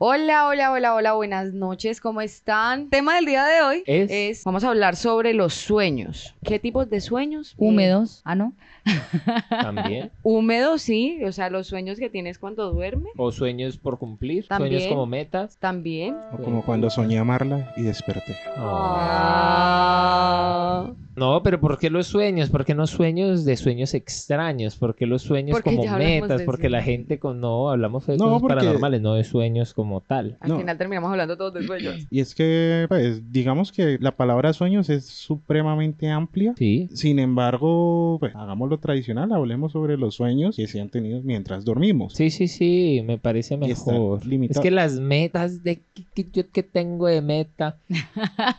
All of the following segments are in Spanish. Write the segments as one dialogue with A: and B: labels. A: Hola, hola, hola, hola, buenas noches, ¿cómo están? Tema del día de hoy
B: Es-
A: vamos a hablar sobre los sueños. ¿Qué tipos de sueños? Eh,
C: Húmedos. Ah, no.
B: También.
A: húmedos, sí, o sea, los sueños que tienes cuando duermes
B: O sueños por cumplir.
A: También.
B: Sueños como metas.
A: también.
D: O como cuando soñé amarla y desperté.
A: Ah.
B: No, pero ¿por qué los sueños? ¿Por qué no sueños de sueños extraños? ¿Por qué los sueños
A: Porque
B: como
A: ya hablamos de
B: metas?
A: eso.
B: Porque la gente con no hablamos de
D: No,
B: cosas
D: porque-
B: paranormales, no de sueños como tal.
A: Al
D: No.
A: final terminamos hablando todos de sueños.
D: Y es que, pues, digamos que la palabra sueños es supremamente amplia.
B: Sí.
D: Sin embargo, pues, hagamos lo tradicional, hablemos sobre los sueños que se han tenido mientras dormimos.
B: Sí, sí, sí, me parece
D: Y está
B: mejor. Es
D: limitado.
B: que las metas de que, que yo que tengo de meta,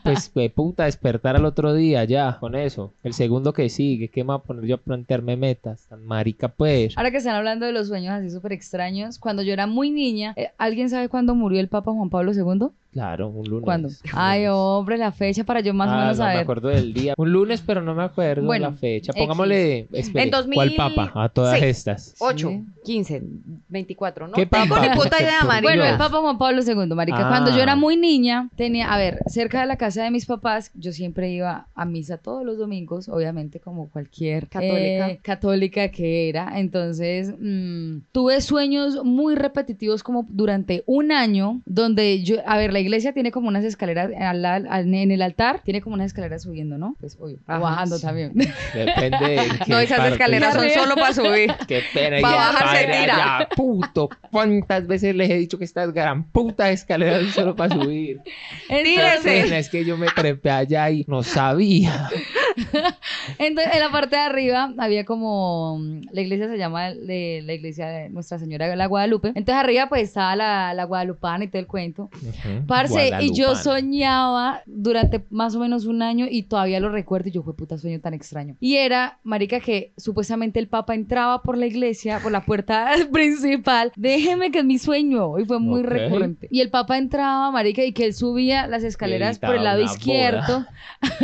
B: pues de puta, despertar al otro día ya, con eso. El segundo que sigue, ¿qué me va a poner yo a plantearme metas? Tan marica pues.
C: Ahora que están hablando de los sueños así súper extraños, cuando yo era muy niña, eh, ¿alguien sabe cuándo murió el Papa Juan Pablo II?
B: Claro, un lunes.
C: ¿Cuándo?
B: Un
C: Ay,
B: lunes.
C: hombre, la fecha para yo más o
B: Ah,
C: menos
B: no me
C: saber.
B: acuerdo del día. Un lunes, pero no me acuerdo
C: Bueno,
B: la fecha.
C: X.
B: Pongámosle. espere,
A: En 2000
B: ¿Cuál papa? A todas
A: seis.
B: estas.
A: 8, 15, 24, no
B: ¿Qué
A: tengo
B: papa?
A: ni puta idea,
B: Por
A: marica.
C: Bueno, el
B: Dios.
C: Papa Juan Pablo II, marica.
B: Ah.
C: Cuando yo era muy niña, tenía, a ver, cerca de la casa de mis papás, yo siempre iba a misa todos los domingos, obviamente como cualquier
A: Católica.
C: eh, católica que era. Entonces, mm, tuve sueños muy repetitivos como durante un año, donde yo, a ver, la iglesia tiene como unas escaleras al- al- en el altar, tiene como unas escaleras subiendo, ¿no? Pues obvio,
A: Ajá,
C: bajando
A: sí.
C: también.
B: Depende de qué
A: No, esas
B: parte.
A: escaleras son solo para subir.
B: Qué pena.
A: Pa'
B: ya,
A: bajar se
B: padre,
A: tira.
B: ya, puto. ¿Cuántas veces les he dicho que estas gran putas escaleras son solo para subir? Qué
A: Tírese.
B: pena, es que yo me trepé allá y no sabía.
C: Entonces, en la parte de arriba había como mm, la iglesia se llama de la iglesia de Nuestra Señora de la Guadalupe. Entonces arriba pues estaba la, la guadalupana y todo el cuento. Parce, y yo
B: soy
C: soñaba durante más o menos un año y todavía lo recuerdo y yo fue puta sueño tan extraño. Y era, marica, que supuestamente el papa entraba por la iglesia, por la puerta principal. Déjeme que es mi sueño. Y fue muy
B: Ok.
C: recurrente. Y el papa entraba, marica, y que él subía las escaleras por el
B: Evitaba
C: lado
B: una
C: izquierdo.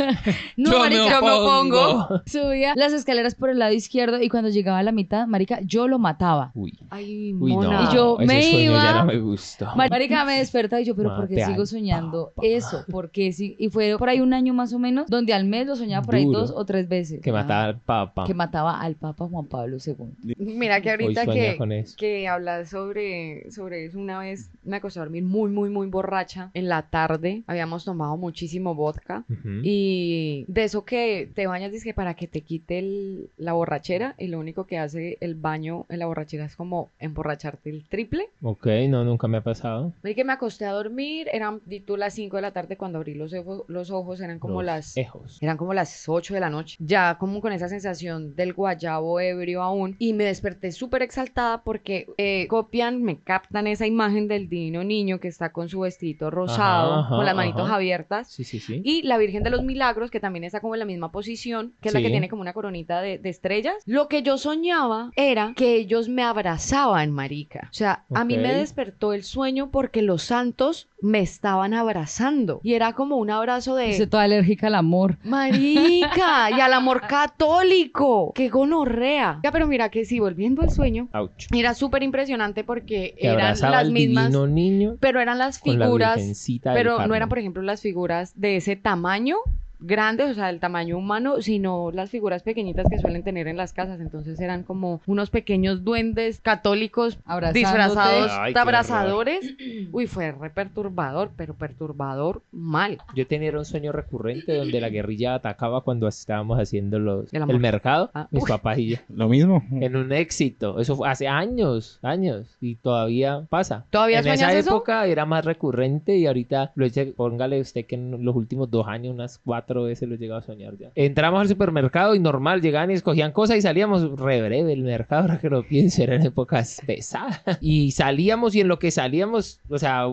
C: no,
B: Yo
C: marica,
B: me opongo.
C: subía las escaleras por el lado izquierdo y cuando llegaba a la mitad, marica, yo lo mataba.
B: Uy,
A: Ay,
B: uy,
A: mona.
B: no.
C: Y yo
B: ese
C: me
B: sueño
C: iba-
B: Ya no me gustó.
C: Marica me despertaba y yo, pero ¿por qué
B: Mate
C: sigo
B: al
C: soñando
B: papa.
C: eso? ¿Por qué sí? Y fue por ahí un año más o menos, donde al mes lo soñaba por ahí
B: Duro.
C: dos o tres veces.
B: Que mataba al papa.
C: Que mataba al Papa Juan Pablo II.
A: Mira que
B: Hoy
A: ahorita
B: sueña
A: que,
B: con eso.
A: que hablas sobre, sobre eso una vez, me acosté a dormir muy, muy, muy borracha. En la tarde habíamos tomado muchísimo vodka.
B: Ujú.
A: Y de eso que te bañas, dice para que te quite el- la borrachera. Y lo único que hace el baño en la borrachera es como emborracharte el triple.
B: Ok, no, nunca me ha pasado.
A: Así que me acosté a dormir. Eran, di tú, las 5 de la tarde cuando abrí los, ojos- los ojos. Eran como
B: Los
A: las
B: Ejos.
A: Eran como las 8 de la noche, ya como con esa sensación del guayabo ebrio aún. Y me desperté súper exaltada porque eh, copian, me captan esa imagen del divino niño que está con su vestido rosado,
B: ajá,
A: con las manitos
B: ajá.
A: abiertas.
B: Sí, sí, sí.
A: Y la Virgen de los Milagros, que también está como en la misma posición, que es la que
B: Sí.
A: tiene como una coronita de, de estrellas. Lo que yo soñaba era que ellos me abrazaban, marica. O sea, a mí me
B: Ok.
A: despertó el sueño porque los santos me estaban abrazando. Y era como un abrazo de...
C: Dice toda alérgica al amor.
A: Marica, y al amor católico. Qué gonorrea. Ya, pero mira que sí, volviendo al sueño,
B: Ouch.
A: era súper impresionante porque
B: Que
A: eran
B: abrazaba
A: las
B: al
A: mismas,
B: divino niño
A: pero eran las
B: con la
A: figuras,
B: virgencita del
A: pero no
B: Carmen.
A: eran, por ejemplo, las figuras de ese tamaño grandes, o sea, del tamaño humano, sino las figuras pequeñitas que suelen tener en las casas. Entonces eran como unos pequeños duendes católicos
C: Abrazándote.
A: disfrazados,
B: Ay, qué
A: de abrazadores. Uy, fue re perturbador, pero perturbador mal.
B: Yo tenía un sueño recurrente donde la guerrilla atacaba cuando estábamos haciendo los,
A: El
B: el,
A: amor.
B: mercado,
A: Ah,
B: mis
A: uy.
B: papás y yo.
D: Lo mismo.
B: En un éxito. Eso fue hace años, años. Y todavía pasa.
A: ¿Todavía
B: En
A: sueñas
B: esa
A: eso?
B: época era más recurrente y ahorita, lo he- póngale usted que en los últimos dos años, unas cuatro veces lo he llegado a soñar ya. Entramos al supermercado y normal, llegaban y escogían cosas y salíamos re breve el mercado, ahora que lo pienso, eran épocas pesadas. Y salíamos y en lo que salíamos, o sea,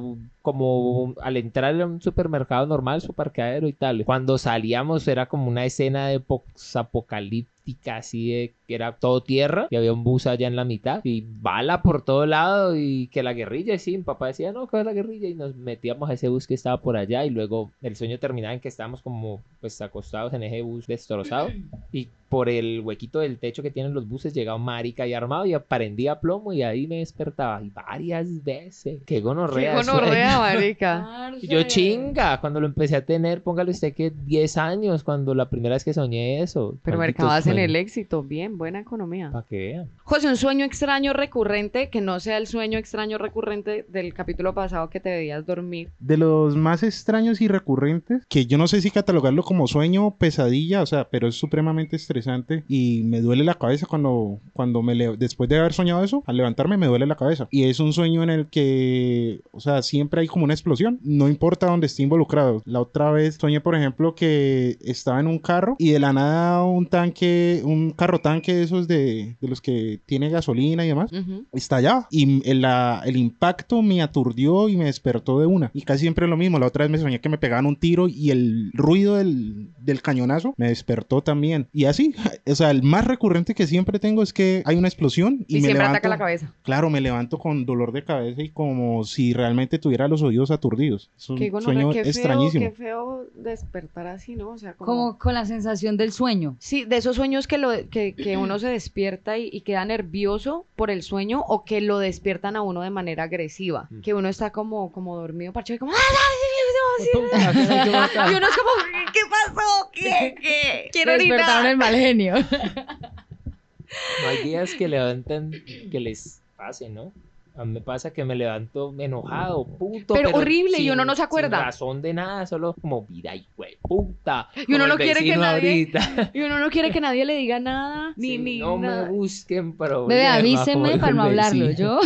B: como al entrar era un supermercado normal, su parqueadero y tal. Cuando salíamos era como una escena de apocalíptica, así de que era todo tierra y había un bus allá en la mitad y bala por todo lado y que la guerrilla, y sí, mi papá decía, no, que es la guerrilla y nos metíamos a ese bus que estaba por allá y luego el sueño terminaba en que estábamos como pues acostados en ese bus destrozado y por el huequito del techo que tienen los buses llegaba un marica y armado y aprendía plomo y ahí me despertaba y varias veces. Qué gonorrea. de sueño.
A: gonorrea, eh. marica.
B: Y Yo chinga, cuando lo empecé a tener, póngale usted que 10 años, cuando la primera vez que soñé eso.
A: Pero mercabas en el éxito, bien, buena economía.
B: Para que vean.
A: José, un sueño extraño recurrente que no sea el sueño extraño recurrente del capítulo pasado que te debías dormir.
D: De los más extraños y recurrentes, que yo no sé si catalogarlo como sueño o pesadilla, o sea, pero es supremamente estresante y me duele la cabeza cuando, cuando me leo, después de haber soñado eso, al levantarme me duele la cabeza. Y es un sueño en el que, o sea, siempre hay como una explosión, no importa dónde esté involucrado. La otra vez soñé, por ejemplo, que estaba en un carro y de la nada un tanque, un carro tanque de esos de, de los que tiene gasolina y demás,
A: Ujú.
D: estallaba. Y el, la- el impacto me aturdió y me despertó de una. Y casi siempre lo mismo. La otra vez me soñé que me pegaban un tiro y el ruido del, del cañonazo me despertó también. Y así, o sea, el más recurrente que siempre tengo es que hay una explosión y,
A: Y,
D: me
A: siempre
D: levanto.
A: ataca la cabeza.
D: Claro, me levanto con dolor de cabeza y como si realmente tuviera los oídos aturdidos. Es un
A: Qué gonorrea,
D: sueño
A: qué feo,
D: extrañísimo.
A: Qué feo despertar así, ¿no? O sea, como...
C: Como con la sensación del sueño.
A: Sí, de esos sueños que, lo, que, que uno se despierta y, y queda nervioso por el sueño o que lo despiertan a uno de manera agresiva.
B: Mm.
A: Que uno está como, como dormido, parche, y como... ¡Ah!
B: Puta,
A: Y uno es como, ¿qué pasó? ¿Qué? ¿Qué? Quiero
C: Despertaron
A: orinar.
C: el mal genio.
B: No hay días que levantan que les pase, ¿no? A mí me pasa que me levanto enojado, puto.
A: Pero horrible, y uno no se acuerda.
B: Sin razón de nada, solo como vida y güey, puta.
A: Y uno
B: como
A: no
B: el
A: quiere que
B: vecino
A: nadie-
B: ahorita.
A: Y uno no quiere que nadie le diga nada, ni,
B: Sí,
A: ni
B: no
A: nada.
B: me busquen, pero.
C: Bebé, avíseme para no hablarlo. Yo,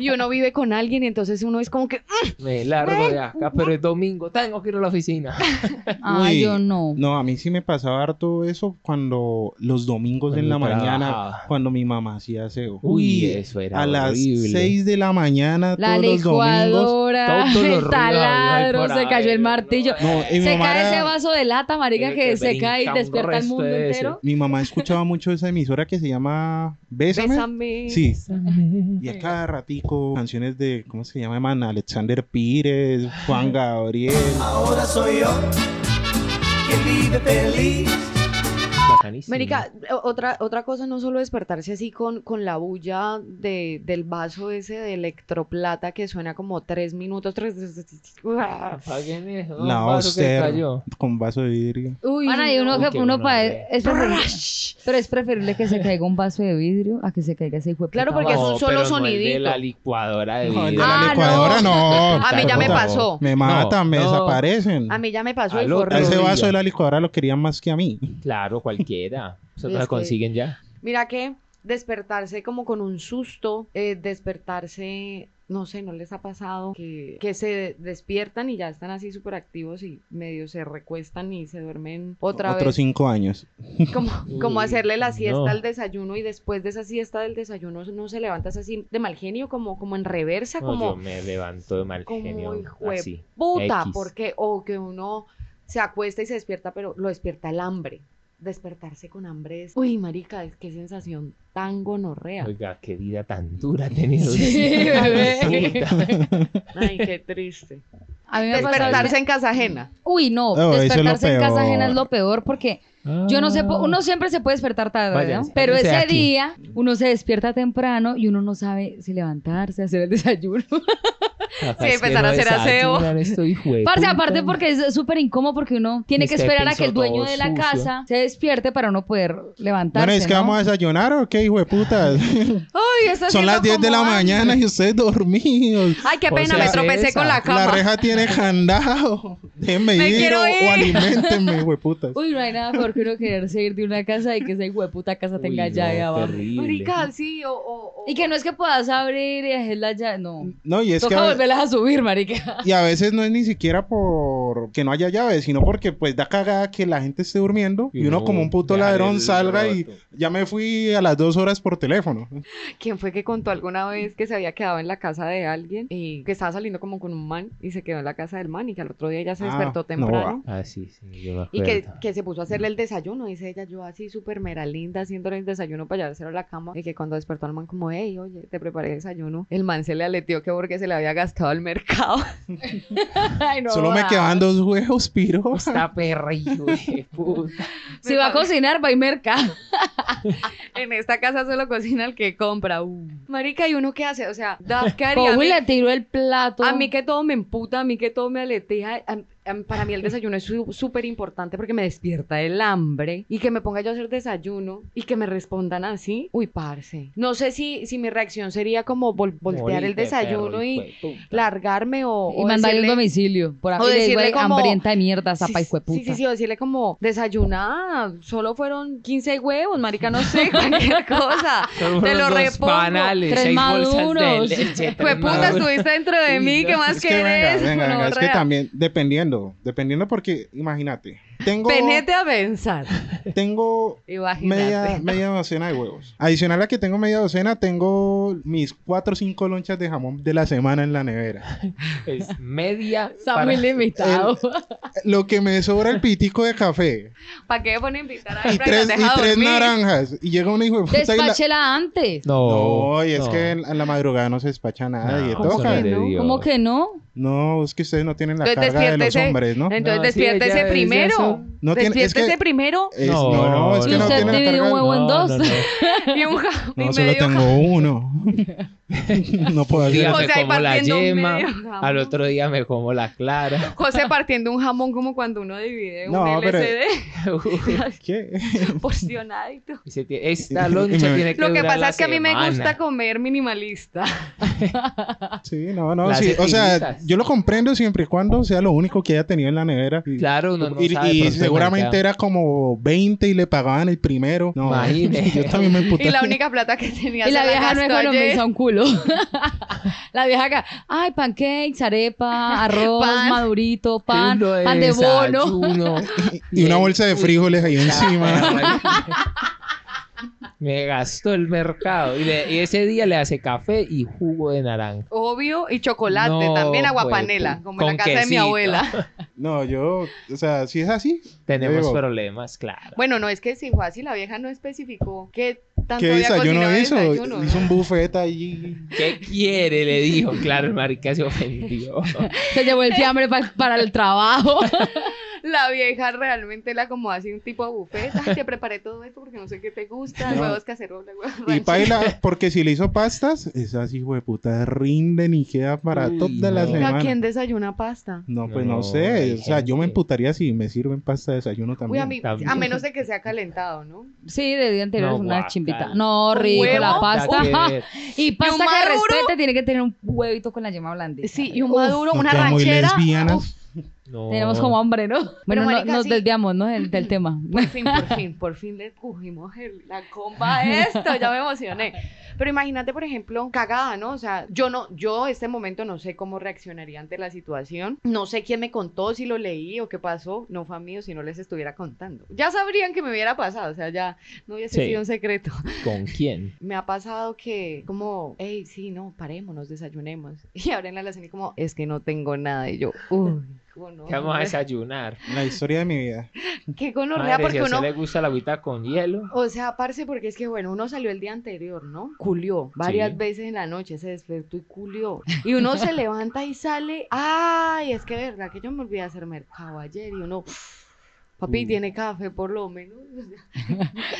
A: Y uno vive con alguien y entonces uno es como que... "Ah".
B: Me largo de acá, pero es domingo, tengo que ir a la oficina.
C: ay,
D: Uy,
C: Ah, yo no.
D: No, a mí sí me pasaba harto eso cuando los domingos en la
B: Cuando
D: mañana,
B: trabajaba.
D: cuando mi mamá hacía aseo.
B: Uy, eso era
D: a las
B: horrible.
D: 6 de la mañana
C: La
D: todos los domingos.
C: licuadora,
B: Todos los
C: el
B: ruidos,
C: taladro,
B: ay, por
C: se cayó
B: haber,
C: el martillo.
B: no,
D: No, y mi
C: se
D: mamá
C: cae
D: era-
C: ese vaso de lata, marica,
B: El
C: que,
B: que
C: se cae y
B: brinca un
C: despierta al
B: Eh, resto
C: mundo
B: de ese.
C: entero.
D: Mi mamá escuchaba mucho esa emisora que se llama Bésame.
A: Bésame.
D: Sí. Y a cada ratico canciones de, ¿cómo se llama, man? Alexander Pires, Juan Gabriel.
E: Ahora soy yo quien vive feliz.
B: Bacanísimo.
A: América, otra, otra cosa no solo despertarse así con, con la bulla de, del vaso ese de electroplata que suena como tres minutos, tres...
B: Apaguen eso, un
D: La
B: vaso que
D: Oster,
B: cayó.
D: con vaso de vidrio.
A: Uy,
C: Bueno, hay uno
B: Uy,
C: que
B: qué
C: uno pa-
B: gonorrea.
C: es preferible- pero es preferible que se caiga un vaso de vidrio a que se caiga ese hijo de
A: Claro,
C: puta
A: porque es
C: vaso.
A: un solo
B: pero no el de
A: sonidito.
B: la licuadora de
D: No, el de
B: vidrio.
A: Ah,
D: la
A: no.
D: licuadora no.
A: A mí ya me
D: Puta,
A: pasó.
D: Me matan, me
B: no.
D: desaparecen.
A: A mí ya me pasó el
B: Al otro
D: A ese
A: gorro.
B: día.
D: vaso de la licuadora lo querían más que a mí.
B: Claro, cualquiera. Eso
A: Es
B: lo
A: que-
B: consiguen ya.
A: Mira que despertarse como con un susto, eh, despertarse, no sé, no les ha pasado que, que se despiertan y ya están así súper activos y medio se recuestan y se duermen otra
D: Otros
A: vez.
D: cinco años.
A: Como, como
B: Uy,
A: hacerle la siesta
B: no.
A: al desayuno y después de esa siesta del desayuno no se levantas así de mal genio, como, como en reversa,
B: No,
A: como
B: yo me levanto de mal
A: como
B: genio.
A: hijo de
B: así.
A: puta,
B: X.
A: porque o que uno se acuesta y se despierta, pero lo despierta el hambre. Despertarse con hambre es, uy, marica, es qué sensación tan gonorrea.
B: Oiga, qué vida tan dura ha tenido.
C: Sí, bebé.
B: Puta.
A: Ay, qué triste.
C: A mí me ha pasado-
A: Despertarse en casa ajena.
C: Uy, no,
D: No, eso es
C: despertarse
D: lo
C: en casa
D: peor.
C: ajena es lo peor porque yo no sé, po- uno
A: Ah.
B: Ah,
C: siempre se puede despertar tarde,
B: Vaya,
C: ¿no?
B: sí.
C: Pero
B: Váyanse
C: ese
B: aquí.
C: día uno se despierta temprano y uno no sabe si levantarse, hacer el desayuno.
B: Capaz
A: Sí,
B: que
A: empezar a hacer
B: desayunan
A: aseo.
B: estos hijos de
C: Parce,
B: puta.
C: aparte porque es súper incómodo porque uno tiene
B: Y
C: que
B: usted
C: esperar a que el
B: pensó
C: dueño
B: todo
C: de la
B: sucio.
C: casa se despierte para uno poder levantarse,
D: Bueno, es que
C: ¿no?
D: vamos a desayunar o qué, hijo de puta.
A: Ay, está
D: Son
A: haciendo
D: las 10 de
A: como
D: la
A: hambre.
D: mañana y ustedes dormidos.
A: Ay, qué
B: O
A: pena,
B: sea,
A: me tropecé
B: esa.
A: con la
D: La
A: cama.
D: reja tiene candado. Déjenme
A: Me
D: ir
A: quiero
D: o,
A: ir.
D: o alimentenme, hijo de puta.
C: Uy, no hay nada peor que uno quererse ir de una casa y que esa hueputa casa
B: Uy,
C: tenga
B: no,
C: llave abajo.
B: terrible.
A: Marica, sí, o, o- o-
C: Y que no es que puedas abrir y dejar la llave, no.
D: No, y es que
C: Toca
D: a-
C: volverla deja subir, marica.
D: Y a veces no es ni siquiera por que no haya llaves, sino porque pues da cagada que la gente esté durmiendo y, uno, como un puto
B: deja el
D: ladrón salga y
B: roto.
D: ya me fui a las dos horas por teléfono.
A: ¿Quién fue que contó alguna vez que se había quedado en la casa de alguien y que estaba saliendo como con un man y se quedó en la casa del man y que al otro día ella se
D: Ah,
A: despertó
D: no,
A: temprano?
B: Ah, sí, sí, yo me
A: Y que,
B: acuerdo.
A: que se puso a hacerle el desayuno, dice ella, yo así súper mera linda haciéndole el desayuno para llevárselo a la cama. Y que cuando despertó al man como, hey, oye, te preparé el desayuno. El man se le aleteó que porque se le había gastado al mercado.
C: Ay, no
D: Solo me
C: jodas.
D: quedaban dos huevos, piro.
B: Está perra, hijo de puta.
C: Si va a cocinar, va a ir merca.
A: en esta casa solo cocina el que compra. uh. Marica, ¿y uno qué hace? O sea, da ¿qué haría?
C: ¿Cómo
A: Me-
C: le tiró el plato?
A: A mí que todo me emputa, a mí que todo me aletea. a- a- para mí el desayuno es su- súper importante porque me despierta el hambre y que me ponga yo a hacer desayuno y que me respondan así. Uy, parce. No sé si, si mi reacción sería como vol- voltear el
B: Morite,
A: desayuno
B: perro, hijo
A: y
B: de puta.
A: largarme o,
C: Y
A: o
C: mandar el
A: decirle-
C: domicilio. Por
A: o
C: ahí le digo,
A: decirle
C: "Ay,
A: como-
C: hambrienta de mierda,
A: Sí,
C: zapa y puta.
A: Sí, sí, sí, o decirle como desayunada, solo fueron 15 huevos, marica, no sé, cualquier cosa.
B: Solo
A: Te lo
B: unos dos
A: repongo.
B: panales,
C: Tres
B: seis
C: maduros.
B: bolsas de leche. tres
A: Jueputa,
B: maduros.
A: estuviste dentro de
B: Uy,
A: mí, Ah, ¿qué
B: no,
A: más
D: Es que venga,
A: querés?
D: venga, venga. Es que
A: Gonorrea.
D: también, dependiendo, dependiendo porque, imagínate, tengo,
A: Penete a pensar.
D: tengo
A: Imagínate.
D: media, media docena de huevos. Adicional a que tengo media docena, tengo mis cuatro o cinco lonchas de jamón de la semana en la nevera.
B: Es media.
C: Está
B: para-
C: muy limitado.
D: Lo que me sobra el pitico de café
A: ¿Para qué ponen invitar a
D: y
A: Efra
D: tres,
A: nos
D: y
A: deja
D: tres
A: dormir?
D: naranjas. Y llega un hijo de puta y la...
C: Despáchela antes.
B: No.
D: No, y es
B: no.
D: que en, en la madrugada no se despacha nada y
B: No,
D: de
B: por
D: toca.
B: amor de
A: ¿no?
B: Dios.
C: ¿Cómo que no?
D: No, es que ustedes no tienen la
A: Entonces
D: carga de los
A: despiértese.
D: hombres, ¿no?
A: Entonces
B: No, sí,
A: despiértese
B: ella- ella
A: primero.
B: eso-
D: No tiene- es que-
A: despiértese primero
D: Es-
B: No,
D: no,
B: no,
D: es que
B: no.
D: no
B: Usted
D: tienen la
C: divide
D: carga.
C: un huevo en dos.
A: y un jabón
D: No,
A: y
D: solo
A: medio jabón.
D: tengo uno. no puedo hacer
B: Dígame
A: O sea, y
B: como la
A: partiendo un
B: yema,
A: medio jamón.
B: al otro día me como la clara.
A: José partiendo un jamón como cuando uno divide un
D: No, pero-
A: LCD
D: ¿Qué?
A: porcionadito.
B: Y se tiene- Esta
D: Y me-
B: loncha tiene que
A: Lo que
B: durar la
A: pasa es que a mí me gusta
B: semana.
A: comer minimalista.
D: Sí, no, no,
B: Las
D: sí. O sea,
B: etiquetas.
D: yo lo comprendo siempre y cuando sea lo único que haya tenido en la nevera. Y,
B: Claro, uno no
D: y-
B: sabe,
D: y
B: pronto el
D: seguramente
B: mercado.
D: era como 20 y le pagaban el primero. No,
B: Imagine.
D: yo también me emputé.
A: Y la única plata que tenía
C: Y la
A: se
C: vieja no
A: gastó ayer.
C: economiza un culo. la vieja acá, ay, pancakes, arepa, arroz,
A: Pan.
C: madurito, pan,
B: Uno de
C: pan de bono.
B: desayuno.
D: Y una bolsa de frijoles ahí encima.
B: Me gastó el mercado. Y, le- y ese día le hace café y jugo de naranja.
A: Obvio, y chocolate,
B: No,
A: también
B: pues,
A: aguapanela, como en la
B: con
A: casa de mi
B: quesito.
A: abuela.
D: No, yo, o sea, si es así,
B: Tenemos
D: Digo.
B: problemas, claro.
A: Bueno, no, es que si fue así, la vieja no especificó qué tanto
D: ¿qué
A: había cocinado
D: desayuno
A: de
D: hizo?
A: desayuno,
D: Hizo
A: ¿no?
D: un buffet allí.
B: ¿Qué quiere? Le dijo. Claro, el marica se ofendió.
C: Se llevó el fiambre pa- para el trabajo.
A: La vieja realmente la como así un tipo de buffet. Ay, te preparé todo esto porque no sé qué te gusta.
D: No.
A: Huevos cacerola, huevos
D: Y
A: rancheros.
D: paila, porque si le hizo pastas, esas hijo de puta rinden y queda para
B: Uy,
D: toda la
B: no.
A: Oiga,
D: semana.
A: ¿quién desayuna pasta?
D: No, pues no,
B: No,
D: sé.
B: hay
D: O sea, yo me
B: gente.
D: emputaría si me sirven pasta de desayuno
A: Uy,
D: también.
A: a, mí-
B: también.
A: a menos de que sea calentado, ¿no?
C: Sí, de día anterior
B: No,
C: es una
B: guacala.
C: chimbita. No,
A: ¿Con
C: rico,
A: huevo?
C: la
B: Nada que
C: pasta.
B: ver.
C: y
A: ¿Y un
C: pasta que
A: maduro?
C: respete tiene que tener un huevito con la yema blandita.
A: Sí, y un
C: Uf,
A: maduro,
D: No
A: una
D: quedan muy
A: ranchera.
D: lesbianas.
A: Uf,
B: No.
C: Tenemos como hambre, ¿no? Bueno, no-
A: marica,
C: nos
A: sí.
C: desviamos, ¿no? Del, del tema.
A: por fin, por fin, por fin le cogimos el- la comba a esto. Ya me emocioné. Pero imagínate, por ejemplo, cagada, ¿no? O sea, yo no, yo este momento no sé cómo reaccionaría ante la situación. No sé quién me contó, si lo leí o qué pasó. No fue mío, si no les estuviera contando. Ya sabrían que me hubiera pasado, o sea, ya no hubiese
B: Sí.
A: sido un secreto.
B: ¿Con quién?
A: Me ha pasado que como, hey, sí, no, parémonos, desayunemos. Y abren la alacena y como, es que no tengo nada. Y yo, uy, como no,
B: ¿Qué vamos a
A: hombre,
B: desayunar?
D: La historia de mi vida.
A: qué gonorrea,
B: Madre, si
A: porque
B: a usted
A: uno...
B: le gusta la agüita con hielo.
A: O sea, parce, porque es que, bueno, uno salió el día anterior, ¿no? Culió varias
B: Sí.
A: veces en la noche, se despertó y culió. Y uno se levanta y sale, ay, es que verdad que yo me olvidé de hacer mercado ayer y uno... Papi,
B: Uh.
A: tiene café por lo menos.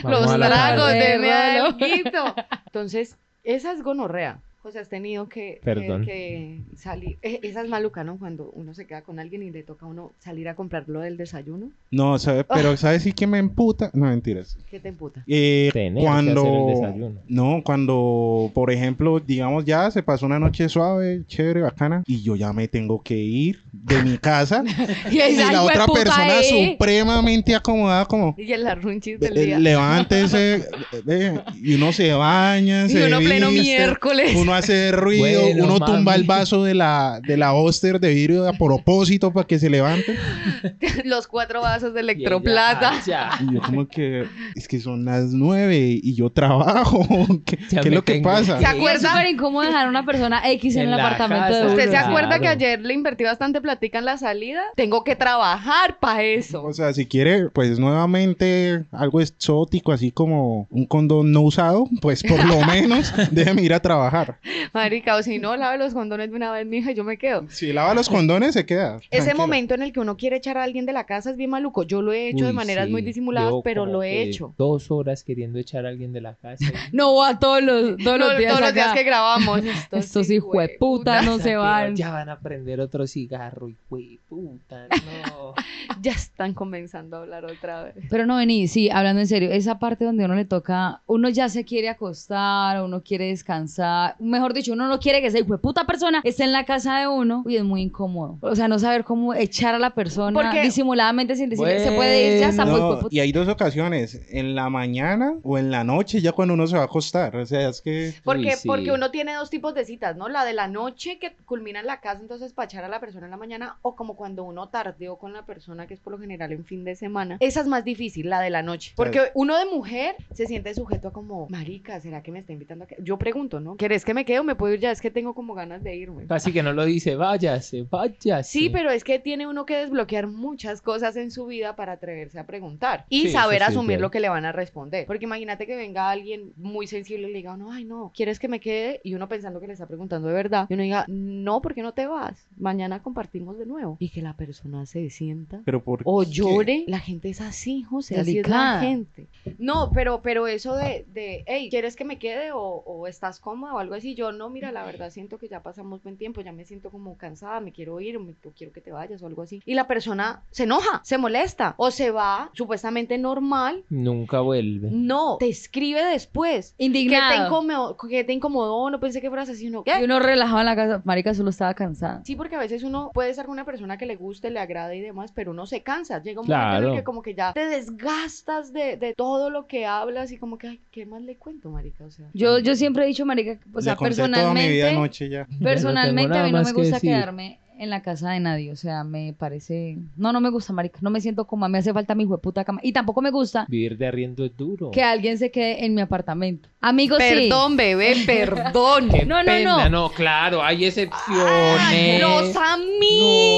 B: Vamos
A: Los
B: a la
A: tragos
B: tarde.
A: de
C: tarde.
A: Melquito. Entonces, esa es gonorrea. O sea, has tenido que, que-
B: Perdón.
A: que salir. e- Esa es maluca, ¿no? Cuando uno se queda con alguien y le toca a uno salir a comprar lo del desayuno,
D: No, ¿sabe? pero ¿sabes sí que me emputa? No, mentiras.
A: ¿qué te emputa?
D: Eh,
B: Tener que hacer el
D: cuando
B: desayuno.
D: no cuando por ejemplo digamos ya se pasó una noche suave chévere bacana y yo ya me tengo que ir de mi casa
C: y
D: y
C: esa
D: la otra
C: hijueputa
D: persona
A: eh.
C: ahí.
D: supremamente acomodada como
A: Y el arrunchis del
D: eh,
A: día.
D: levántese eh, eh, y uno se baña
A: Y
D: se
A: uno pleno
D: viste,
A: miércoles.
D: uno uno hace ruido,
B: Bueno,
D: uno tumba
B: mami.
D: el vaso de la, de la Oster de vidrio a propósito para que se levante.
A: Los cuatro vasos de
B: Y ella,
A: electroplata.
B: ah, ya.
D: Y yo como que, es que son las nueve y yo trabajo. ¿Qué,
B: Ya
D: qué
B: me
D: es lo que
B: tengo
A: ¿Se
D: pasa?
B: que
C: Y es
A: acuerda?
C: súper incómodo dejar a una persona X en,
B: En
C: el
B: la
C: apartamento
B: casa.
C: de uno.
A: ¿Usted se acuerda
B: Claro.
A: que ayer le invertí bastante platica en la salida? Tengo que trabajar para eso.
D: O sea, si quiere, pues nuevamente algo exótico, así como un condón no usado, pues por lo menos déjeme ir a trabajar.
A: Marica, o si no, lave los condones de una vez, mija, y yo me quedo.
D: Si lava los condones, se queda.
A: Ese
D: tranquila.
A: momento en el que uno quiere echar a alguien de la casa es bien maluco. Yo lo he hecho de
B: Uy,
A: maneras
B: sí.
A: muy disimuladas,
B: Yo
A: pero
B: como
A: lo he
B: que
A: hecho.
B: Dos horas queriendo echar a alguien de la casa.
C: No, a todos los, todos los
A: No,
C: días.
A: todos los
C: acá.
A: días que grabamos. Estos,
C: Estos hijos de puta no se van.
B: Ya van a prender otro cigarro y güey, puta, no.
A: Ya están comenzando a hablar otra vez.
C: Pero no, vení, sí, hablando en serio, esa parte donde uno le toca, uno ya se quiere acostar, uno quiere descansar, mejor dicho, uno no quiere que esa puta persona esté en la casa de uno y es muy incómodo. O sea, no saber cómo echar a la persona
A: Porque-
C: disimuladamente sin decirle, se puede ir ya, sapo
D: No,
C: hijueputa".
D: y hay dos ocasiones, en la mañana o en la noche, ya cuando uno se va a acostar. O sea, es que
A: Porque,
B: Uy, sí.
A: porque uno tiene dos tipos de citas, ¿no? La de la noche que culmina en la casa, entonces pachar a la persona en la mañana, o como cuando uno tardeó con la persona, que es por lo general en fin de semana. Esa es más difícil, la de la noche. Porque uno de mujer se siente sujeto a como, marica, ¿será que me está invitando a que-?" Yo pregunto, ¿no? ¿Querés que me quede o me puedo ir ya? Es que tengo como ganas de irme.
B: Casi que no lo dice, váyase, váyase.
A: Sí, pero es que tiene uno que desbloquear muchas cosas en su vida para atreverse a preguntar y
B: Sí, eso
A: saber
B: sí es
A: asumir
B: verdad.
A: lo que le van a responder. Porque imagínate que venga alguien muy sensible y le diga, no, ay, no, ¿quieres que me quede? Y uno pensando que le está preguntando de verdad. Y uno diga, no, ¿por qué no te vas? Mañana compartimos de nuevo. Y que la persona se sienta.
D: pero por
A: O
D: Pues, qué?
A: llore, la gente es así, José, así es
C: Delicada.
A: la gente. No, pero, pero eso de, de hey, ¿quieres que me quede o, o estás cómoda o algo así? Yo no, mira, la verdad siento que ya pasamos buen tiempo, ya me siento como cansada, me quiero ir, o me, o quiero que te vayas o algo así. Y la persona se enoja, se molesta o se va supuestamente normal.
B: Nunca vuelve.
A: No, te escribe después. Que te,
C: Indignado.
A: incomo- que te incomodó, no pensé que fueras así, no. ¿Qué?
C: Y uno relajado en la casa, marica, solo estaba cansada.
A: Sí, porque a veces uno puede estar con una persona que le guste, le agrade y demás, pero uno se cansa. Llega un momento en el
B: Claro.
A: que como que ya te desgastas de, de todo lo que hablas y como que, ay, ¿qué más le cuento, marica? O sea,
C: Yo, yo siempre he dicho, marica, o
D: Le
C: sea,
D: conté toda mi vida
C: personalmente,
D: anoche ya.
C: personalmente a
B: nada
C: mí no me
B: más que
C: gusta
B: decir.
C: quedarme en la casa de nadie, o sea, me parece, no, no me gusta, marica, no me siento como, me hace falta mi puta cama, y tampoco me gusta
B: Vivir de arriendo es duro.
C: que alguien se quede en mi apartamento. Amigos, sí.
A: perdón, bebé, perdón.
B: Qué
C: No, no,
B: pena,
C: no.
B: claro, hay excepciones.
A: Ay, los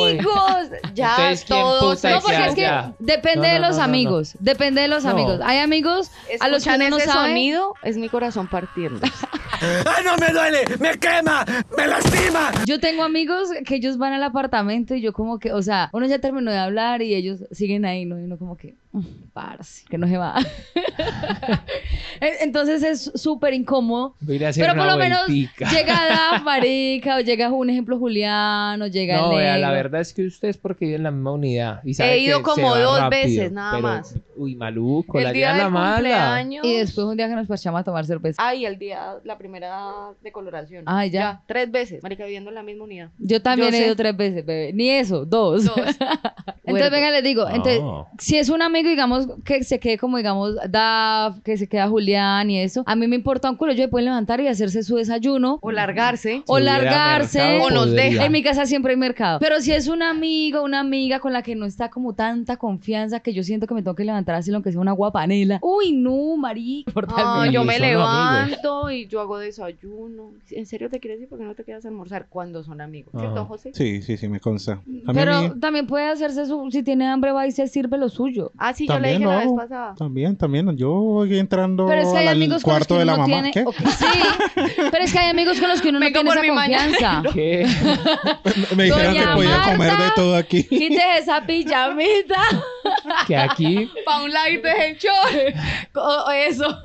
A: amigos. ya
B: eh. Ustedes, ¿quién
A: todos
B: puta
C: No, porque es que
B: Ya.
C: depende
B: No,
C: de
B: no, no,
C: los
B: no, no.
C: amigos. Depende de los
B: No.
C: amigos. Hay amigos a los que
A: escuchan
C: uno no
A: ese
C: sabe.
A: sonido, es mi corazón partiendo.
E: ¡Ah, no me duele! ¡Me quema! ¡Me lastima!
C: Yo tengo amigos que ellos van al apartamento y yo como que, o sea, uno ya terminó de hablar y ellos siguen ahí, ¿no? Y uno como que, "Mm, parce, que no se va. En- Entonces es súper incómodo.
B: Voy a ir a hacer
C: Pero
B: una
C: por lo menos
B: vueltica.
C: llega Daf, marica, o llega un ejemplo Julián, o llega
B: No,
C: el
B: vea, la
C: negro.
B: verdad es que ustedes porque viven en la misma unidad. Y saben
A: ido
B: que
A: como
B: se va
A: dos
B: rápido,
A: veces, nada
B: pero,
A: más.
B: Uy, maluco, la
A: el día
B: día
A: del
B: la mala.
A: cumpleaños.
C: Y después un día que nos parchamos a tomar cerveza.
A: Ay, el día, la primera decoloración.
C: Ay, ya.
A: Tres veces, marica, viviendo en la misma unidad.
C: Yo también
A: Ah, Yo
C: he
A: sé.
C: ido tres veces, bebé. Ni eso, dos.
A: Dos.
C: Entonces,
A: Cuerdo.
C: venga, les digo, entonces,
B: No.
C: si es un amigo, digamos, que se quede como, digamos, Daf, que se queda Julián y eso, a mí me importa un culo, ellos se pueden levantar y hacerse su desayuno
A: O largarse.
C: o
B: Si hubiera
C: largarse.
B: mercado,
A: O nos
B: podría.
A: deja.
C: En mi casa siempre hay mercado. Pero si es un amigo, una amiga con la que no está como tanta confianza que yo siento que me tengo que levantar así, aunque sea una guapanela. Uy, no, marica.
A: Ah,
B: Y
A: yo me
B: son amigos.
A: levanto y yo hago desayuno. ¿En serio te quieres ir? ¿Por qué no te quedas a almorzar cuando son amigos?
B: Ajá.
A: ¿Cierto, José?
D: Sí, sí, sí, me consta. A mí
C: Pero
D: me-
C: también puede hacerse su, si tiene hambre, va y se sirve lo suyo.
A: Ah, sí, yo le
D: También
A: dije
D: lo
A: la vez
D: hago.
A: pasada.
D: También, también. Yo voy entrando
C: Pero es que hay
D: al
C: amigos con los que
D: cuarto de
C: uno
D: la
C: no
D: mamá.
C: tiene.
D: ¿Qué?
C: Ok, Sí, pero es que hay amigos con los que uno no
A: Venga
C: tiene
A: por
C: esa
A: mi mañana.
C: confianza.
B: ¿Qué?
D: Me dijeron que
C: Doña
D: podía comer de
C: Marta.
D: todo aquí.
C: Quítese esa pijamita.
B: Que aquí.
A: Pa' un lado y te el
C: O, o eso.